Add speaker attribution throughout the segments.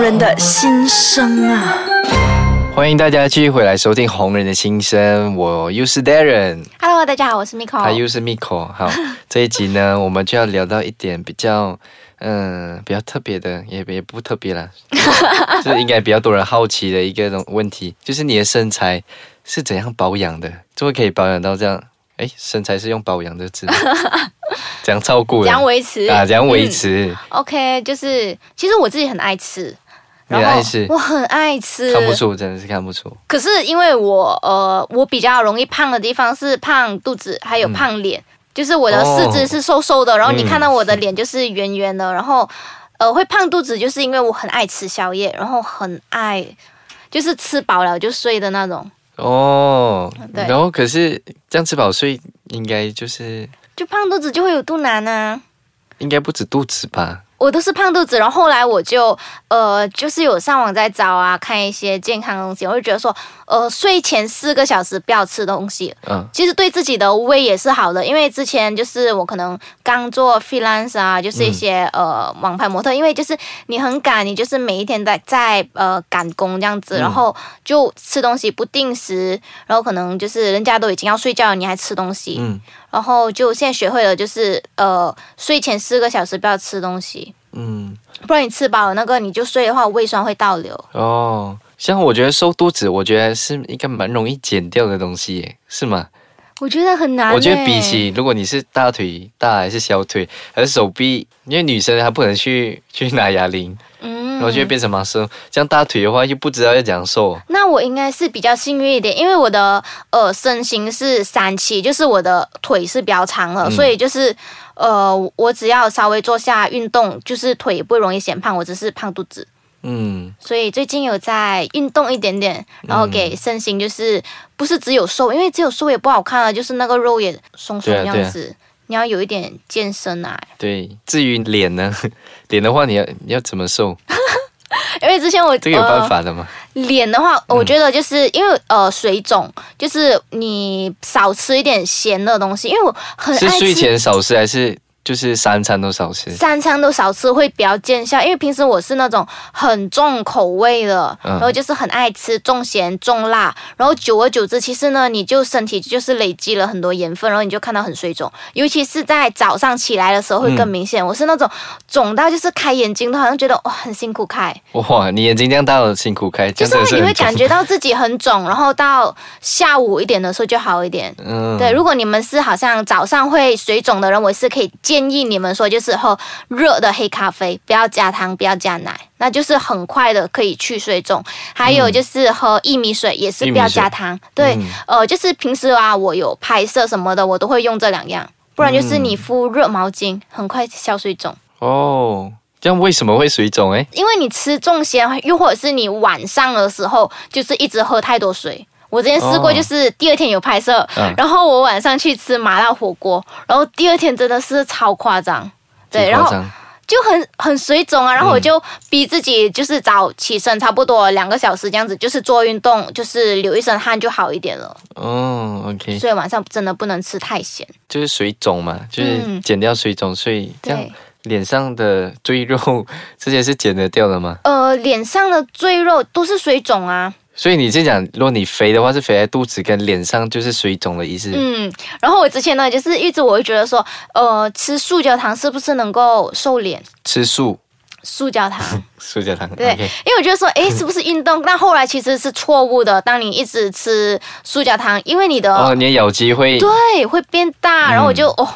Speaker 1: 人的心声啊！
Speaker 2: 欢迎大家继续回来收听《红人的心声》，我又是 Darren，
Speaker 3: Hello，大家好，我是 Miko。
Speaker 2: 他又是 Miko。好， 这一集呢，我们就要聊到一点比较，嗯、比较特别的，也也不特别啦， 就是应该比较多人好奇的一个东问题，就是你的身材是怎样保养的？怎么可以保养到这样？哎，身材是用保养的字 吗，怎样照顾的？
Speaker 3: 怎样维持嗯
Speaker 2: 啊？怎样维持？
Speaker 3: OK，就是其实我自己很爱吃，
Speaker 2: 你的爱是
Speaker 3: 我很爱吃，
Speaker 2: 看不出，真的是看不出。
Speaker 3: 可是因为我呃，我比较容易胖的地方是胖肚子，还有胖脸，就是我的四肢是瘦瘦的，然后你
Speaker 2: 嗯
Speaker 3: 看到我的脸就是圆圆的，然后呃会胖肚子，就是因为我很爱吃宵夜，然后很爱就是吃饱了就睡的那种，
Speaker 2: 哦，
Speaker 3: 对
Speaker 2: 然后可是这样吃饱睡，应该就是
Speaker 3: 就胖肚子就会有肚腩啊。
Speaker 2: 应该不止肚子吧？
Speaker 3: 我都是胖肚子，然后后来我就呃，就是有上网在找啊，看一些健康的东西，我就觉得说，呃，睡前四个小时不要吃东西，
Speaker 2: 嗯
Speaker 3: 其实对自己的胃也是好的，因为之前就是我可能刚做 freelance 啊，就是一些、呃网拍模特，因为就是你很赶，你就是每一天在在呃赶工这样子，然后就吃东西不定时，然后可能就是人家都已经要睡觉了，你还吃东西，
Speaker 2: 嗯
Speaker 3: 然后就现在学会了就是呃睡前四个小时不要吃东西。
Speaker 2: 嗯，
Speaker 3: 不然你吃饱了那个你就睡的话，胃酸会倒流。
Speaker 2: 哦，像我觉得瘦肚子，我觉得是一个蛮容易减掉的东西耶，是吗？
Speaker 3: 我觉得很难欸、
Speaker 2: 我觉得比起如果你是大腿大还是小腿，还是手臂，因为女生她不能去去拿哑铃，
Speaker 3: 嗯
Speaker 2: 然后就会变成麻生。像大腿的话，又不知道要怎样瘦。
Speaker 3: 那我应该是比较幸运一点，因为我的呃身形是三七，就是我的腿是比较长了，
Speaker 2: 嗯
Speaker 3: 所以就是呃我只要稍微做下运动，就是腿也不会容易显胖，我只是胖肚子。
Speaker 2: 嗯
Speaker 3: 所以最近有在运动一点点，然后给身形就是、不是只有瘦，因为只有瘦也不好看啊，就是那个肉也松松的
Speaker 2: 对啊对啊
Speaker 3: 样子。你要有一点健身啊，
Speaker 2: 对，至于脸呢， 脸的话你要你要怎么瘦？
Speaker 3: 因为之前我
Speaker 2: 这个有
Speaker 3: 呃
Speaker 2: 办法的吗？
Speaker 3: 脸的话，
Speaker 2: 嗯
Speaker 3: 我觉得就是因为呃水肿，就是你少吃一点咸的东西，因为我很
Speaker 2: 是
Speaker 3: 爱
Speaker 2: 睡
Speaker 3: 吃。
Speaker 2: 前少吃还是就是三餐都少吃？
Speaker 3: 三餐都少吃会比较见效，因为平时我是那种很重口味的，
Speaker 2: 嗯
Speaker 3: 然后就是很爱吃重咸重辣，然后久而久之，其实呢，你就身体就是累积了很多盐分，然后你就看到很水肿，尤其是在早上起来的时候会
Speaker 2: 嗯
Speaker 3: 更明显。我是那种肿到就是开眼睛都好像觉得哇、很辛苦开，
Speaker 2: 哇，你眼睛这样大了，辛苦开，这
Speaker 3: 就
Speaker 2: 样真的
Speaker 3: 是
Speaker 2: 是
Speaker 3: 你会
Speaker 2: 很重
Speaker 3: 感觉到自己很肿，然后到下午一点的时候就好一点。
Speaker 2: 嗯，
Speaker 3: 对，如果你们是好像早上会水肿的人，我是可以建议你们说，就是喝热的黑咖啡，不要加糖，不要加奶，那就是很快的可以去水肿。还有
Speaker 2: 嗯
Speaker 3: 就是喝薏米水，也是不要加糖。对，呃，就是平时啊，我有拍摄什么的，我都会用这两样，不然
Speaker 2: 嗯
Speaker 3: 就是你敷热毛巾，很快消水肿。
Speaker 2: 哦，这样为什么会水肿？哎，
Speaker 3: 因为你吃重咸，又或者是你晚上的时候就是一直喝太多水。我之前试过，
Speaker 2: 哦
Speaker 3: 就是第二天有拍摄，
Speaker 2: 嗯
Speaker 3: 然后我晚上去吃麻辣火锅，然后第二天真的是超夸张，对，
Speaker 2: 挺
Speaker 3: 然
Speaker 2: 夸
Speaker 3: 后
Speaker 2: 张嗯
Speaker 3: 就很很水肿啊，然后我就逼自己就是早起身，差不多两个小时这样子，就是做运动，就是流一身汗就好一点了。
Speaker 2: 哦，OK，
Speaker 3: 所以晚上真的不能吃太咸，
Speaker 2: 就是水肿嘛，就是
Speaker 3: 嗯
Speaker 2: 减掉水肿，所以这样
Speaker 3: 对。
Speaker 2: 脸上的赘肉这些是减得掉的吗？
Speaker 3: 呃，脸上的赘肉都是水肿啊，
Speaker 2: 所以你就讲，如果你肥的话，是肥在肚子跟脸上，就是水肿的意思。
Speaker 3: 嗯，然后我之前呢，就是一直我会觉得说，呃，吃塑胶糖是不是能够瘦脸？
Speaker 2: 吃素，
Speaker 3: 塑 胶糖，
Speaker 2: 塑胶糖。
Speaker 3: 对
Speaker 2: OK
Speaker 3: 因为我觉得说，诶，是不是运动？但后来其实是错误的。当你一直吃塑胶糖，因为你的、
Speaker 2: 哦，你的嗯咬肌会。
Speaker 3: 对会变大，然后我就、哦，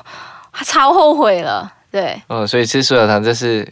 Speaker 3: 超后悔了。对，
Speaker 2: 哦，所以吃塑胶糖这是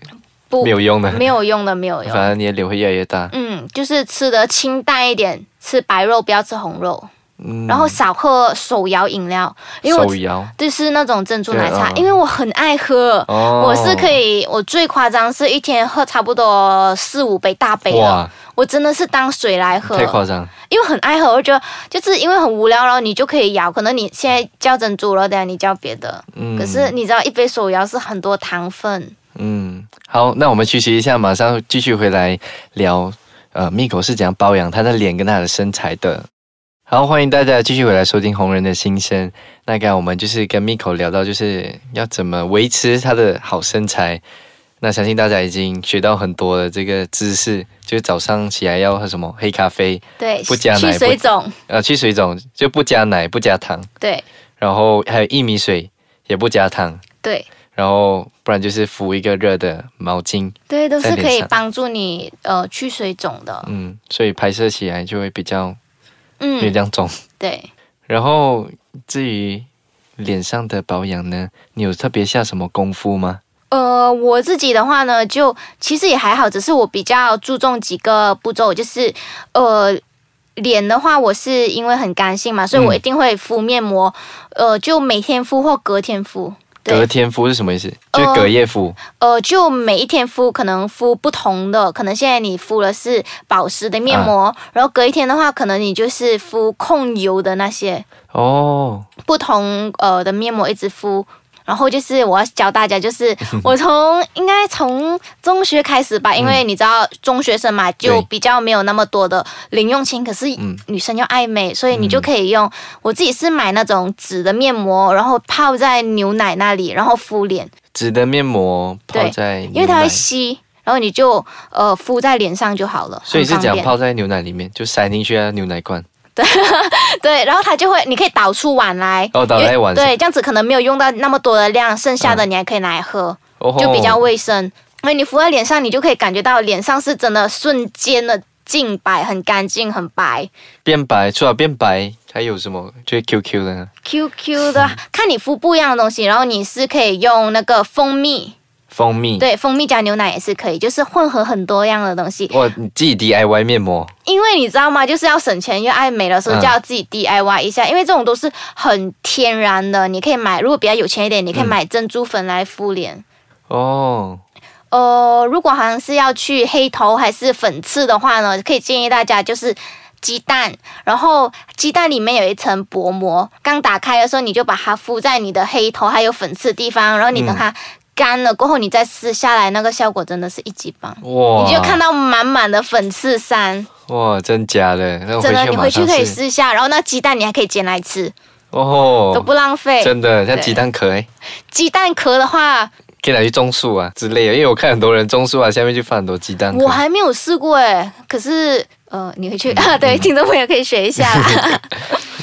Speaker 3: 不
Speaker 2: 没有用的，
Speaker 3: 没有用的，没有用。
Speaker 2: 反而你的脸会越来越大。
Speaker 3: 嗯，就是吃的清淡一点，吃白肉不要吃红肉，
Speaker 2: 嗯，
Speaker 3: 然后少喝手摇饮料，因为我
Speaker 2: 手摇。
Speaker 3: 就是那种珍珠奶茶，
Speaker 2: 对嗯
Speaker 3: 因为我很爱喝。
Speaker 2: 哦
Speaker 3: 我是可以，我最夸张是一天喝差不多四五杯大杯了
Speaker 2: 哇，，
Speaker 3: 我真的是当水来喝，
Speaker 2: 太夸张。
Speaker 3: 因为很爱喝，我就觉得就是因为很无聊，然后你就可以摇，可能你现在叫珍珠了，等下你叫别的，
Speaker 2: 嗯
Speaker 3: 可是你知道一杯手摇是很多糖分，
Speaker 2: 嗯，好，那我们休息一下，马上继续回来聊。呃，Miko 是怎样保养她的脸跟她的身材的？好，欢迎大家继续回来收听《红人的心声》。那刚才我们就是跟 Miko 聊到，就是要怎么维持她的好身材。那相信大家已经学到很多的这个知识，就是早上起来要喝什么黑咖啡，
Speaker 3: 对，
Speaker 2: 不加奶
Speaker 3: 去
Speaker 2: 不
Speaker 3: 水肿，
Speaker 2: 呃，去水肿就不加奶不加糖，
Speaker 3: 对
Speaker 2: 然后还有薏米水也不加糖，
Speaker 3: 对
Speaker 2: 然后不然就是敷一个热的毛巾，
Speaker 3: 对，都是
Speaker 2: 在脸
Speaker 3: 可以
Speaker 2: 上
Speaker 3: 帮助你呃去水肿的。
Speaker 2: 嗯，所以拍摄起来就会比较没有这
Speaker 3: 嗯，
Speaker 2: 样肿。
Speaker 3: 对，
Speaker 2: 然后至于脸上的保养呢，你有特别下什么功夫吗？
Speaker 3: 呃，我自己的话呢，就其实也还好，只是我比较注重几个步骤，就是呃。脸的话，我是因为很干性嘛，所以我
Speaker 2: 嗯
Speaker 3: 一定会敷面膜，呃，就每天敷或隔天敷。对
Speaker 2: 隔天敷是什么意思？就
Speaker 3: 呃
Speaker 2: 是隔夜敷。
Speaker 3: 呃，就每一天敷，可能敷不同的，可能现在你敷了是保湿的面膜，
Speaker 2: 啊
Speaker 3: 然后隔一天的话，可能你就是敷控油的那些
Speaker 2: 哦，
Speaker 3: 不同呃的面膜一直敷。然后就是我要教大家，就是 我从应该从中学开始
Speaker 2: 嗯
Speaker 3: 吧，因为你知道中学生嘛，就比较没有那么多的零用钱，可是
Speaker 2: 嗯
Speaker 3: 女生又爱美，所以你就可以用。我自己是买那种纸的面膜，然后泡在牛奶那里，然后敷脸。
Speaker 2: 纸的面膜泡
Speaker 3: 对
Speaker 2: 在牛奶，
Speaker 3: 因为它会吸，然后你就呃敷在脸上就好了，
Speaker 2: 所以是
Speaker 3: 很方
Speaker 2: 讲
Speaker 3: 便
Speaker 2: 泡在牛奶里面，就塞进去啊牛奶罐。
Speaker 3: 对，然后它就会，你可以倒出碗来，
Speaker 2: 哦倒来
Speaker 3: 因为
Speaker 2: 碗是嗯
Speaker 3: 对，这样子可能没有用到那么多的量，剩下的你还可以拿来喝，
Speaker 2: 哦吼
Speaker 3: 就比较卫生。因为你敷在脸上，你就可以感觉到脸上是真的瞬间的净白，很干净，很白。
Speaker 2: 变白，除了变白，还有什么？就是 QQ 的呢
Speaker 3: QQ 的，看你敷不一样的东西，然后你是可以用那个蜂蜜，
Speaker 2: 蜂蜜。，
Speaker 3: 对，蜂蜜加牛奶也是可以，就是混合很多样的东西。
Speaker 2: 哇，你自己 DIY 面膜，
Speaker 3: 因为你知道吗？就是要省钱又爱美的时候，
Speaker 2: 嗯
Speaker 3: 就要自己 DIY 一下，因为这种都是很天然的，你可以买。如果比较有钱一点，你可以买珍珠粉来敷脸。
Speaker 2: 哦，
Speaker 3: 呃，如果好像是要去黑头还是粉刺的话呢，可以建议大家就是。鸡蛋，然后鸡蛋里面有一层薄膜，刚打开的时候你就把它敷在你的黑头还有粉刺地方，然后你
Speaker 2: 嗯
Speaker 3: 等它干了过后，你再撕下来，那个效果真的是一级棒，
Speaker 2: 哇，
Speaker 3: 你就看到满满的粉刺山。
Speaker 2: 哇，真假的？那我
Speaker 3: 真的，你
Speaker 2: 回
Speaker 3: 回
Speaker 2: 去马
Speaker 3: 去可以
Speaker 2: 上试。
Speaker 3: 试一下，然后那鸡蛋你还可以煎来吃，
Speaker 2: 哦，
Speaker 3: 都不浪费。
Speaker 2: 真的，像
Speaker 3: 对
Speaker 2: 鸡蛋壳欸，
Speaker 3: 鸡蛋壳的话，
Speaker 2: 可以拿去种树啊之类的。因为我看很多人种树啊，下面就放很多鸡蛋壳
Speaker 3: 我。还没有试过哎，可是呃，你回去、
Speaker 2: 嗯
Speaker 3: 啊， 对，听众朋友可以学一下 啦。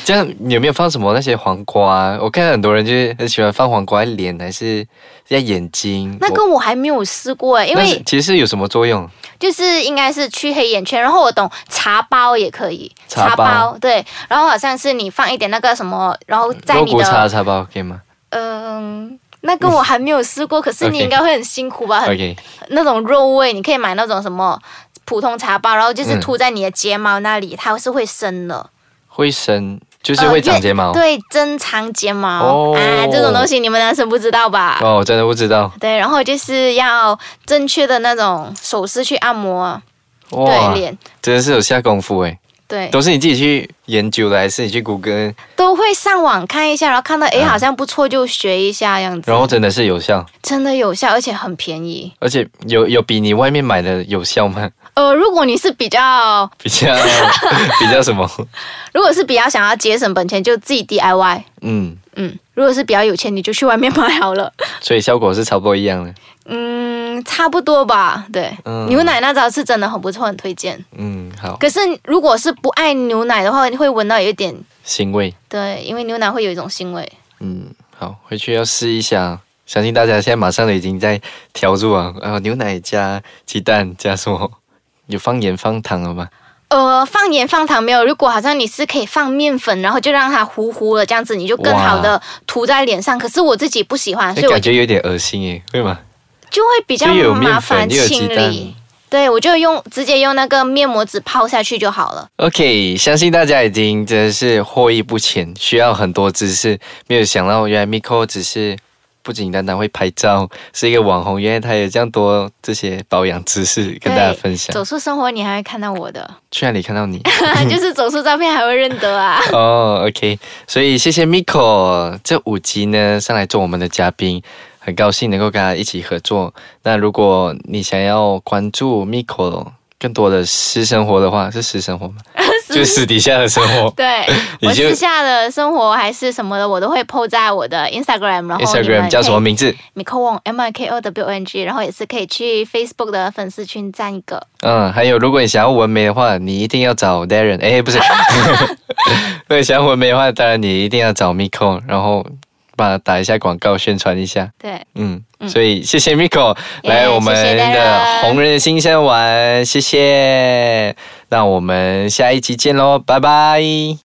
Speaker 2: 这样你有没有放什么那些黄瓜啊？我看很多人就是很喜欢放黄瓜在脸还是在眼睛。
Speaker 3: 那个
Speaker 2: 我
Speaker 3: 我还没有试过哎，因
Speaker 2: 那是
Speaker 3: 为
Speaker 2: 其实是有什么作用？
Speaker 3: 就是应该是去黑眼圈，然后我懂茶包也可以，
Speaker 2: 茶包
Speaker 3: 对，然后好像是你放一点那个什么，然后在
Speaker 2: 肉
Speaker 3: 你
Speaker 2: 骨茶
Speaker 3: 的
Speaker 2: 茶包可以吗
Speaker 3: 嗯。那个我还没有试过，可是你
Speaker 2: OK
Speaker 3: 应该会很辛苦吧？很
Speaker 2: ？OK，
Speaker 3: 那种肉味，你可以买那种什么普通茶包，然后就是
Speaker 2: 嗯
Speaker 3: 涂在你的睫毛那里，它是会生的，
Speaker 2: 会生就是
Speaker 3: 呃
Speaker 2: 会长睫毛。
Speaker 3: 对，增长睫毛、
Speaker 2: 哦
Speaker 3: 啊，这种东西你们男生不知道吧？
Speaker 2: 哦，我真的不知道。
Speaker 3: 对，然后就是要正确的那种手势去按摩，
Speaker 2: 哇
Speaker 3: 对，脸，
Speaker 2: 真的是有下功夫哎，
Speaker 3: 对，
Speaker 2: 都是你自己去研究的，还是你去谷歌？
Speaker 3: 都会上网看一下，然后看到诶
Speaker 2: 嗯
Speaker 3: 好像不错就学一下这样子，
Speaker 2: 然后真的是有效，
Speaker 3: 真的有效，而且很便宜。
Speaker 2: 而且有有比你外面买的有效吗？
Speaker 3: 呃，如果你是比较，
Speaker 2: 比较 比较什么？
Speaker 3: 如果是比较想要节省本钱，就自己 DIY，
Speaker 2: 嗯，
Speaker 3: 嗯，如果是比较有钱，你就去外面买好了。
Speaker 2: 所以效果是差不多一样的。
Speaker 3: 嗯，差不多吧。对，
Speaker 2: 嗯
Speaker 3: 牛奶那招是真的很不错，很推荐。
Speaker 2: 嗯，好，
Speaker 3: 可是如果是不爱牛奶的话，你会闻到有一点
Speaker 2: 欣慰。
Speaker 3: 对，因为牛奶会有一种腥味。
Speaker 2: 嗯，好，回去要试一下啊。相信大家现在马上都已经在调住啊，啊、牛奶加鸡蛋加什么？有放盐放糖了吗？
Speaker 3: 呃，放盐放糖没有？如果好像你是可以放面粉，然后就让它糊糊的这样子，你就更好的涂在脸上。可是我自己不喜欢，所以我
Speaker 2: 哎感觉有点恶心耶，会吗？
Speaker 3: 就会比较
Speaker 2: 就有面
Speaker 3: 麻烦
Speaker 2: 粉又有鸡
Speaker 3: 清
Speaker 2: 蛋。
Speaker 3: 理。对，我就用直接用那个面膜纸泡下去就好了。
Speaker 2: OK，相信大家已经真的是获益不浅，需要很多知识。没有想到，原来 Miko 只是不仅单单会拍照，是一个网红，原来他有这样多这些保养知识跟大家分享
Speaker 3: 走。出生活，你还会看到我的，
Speaker 2: 去哪里看到你？
Speaker 3: 就是走出照片还会认得啊。
Speaker 2: 哦，OK，所以谢谢 Miko 这五集呢上来做我们的嘉宾，很高兴能够跟他一起合作。那如果你想要关注 Miko 更多的私生活的话，是私生活 吗？就私底下的生活。
Speaker 3: 对
Speaker 2: 你
Speaker 3: 我
Speaker 2: 就
Speaker 3: 私下的生活还是什么的，我都会 PO 在我的 Instagram，然后你们可
Speaker 2: Instagram
Speaker 3: 以
Speaker 2: 叫什么名字？
Speaker 3: ？Miko Wong M I K O W O N G，然后也是可以去 Facebook 的粉丝群占一个。
Speaker 2: 嗯，还有，如果你想要纹眉的话，你一定要找 Darren。哎， 不是，如果你想要纹眉的话，当然你一定要找 Miko，然后帮他打一下广告，宣传一下。
Speaker 3: 对，
Speaker 2: 嗯，所以谢谢 Miko 来我们
Speaker 3: 谢谢
Speaker 2: 的
Speaker 3: Darren
Speaker 2: 红人的新生玩，谢谢。那我们下一期见喽，拜拜。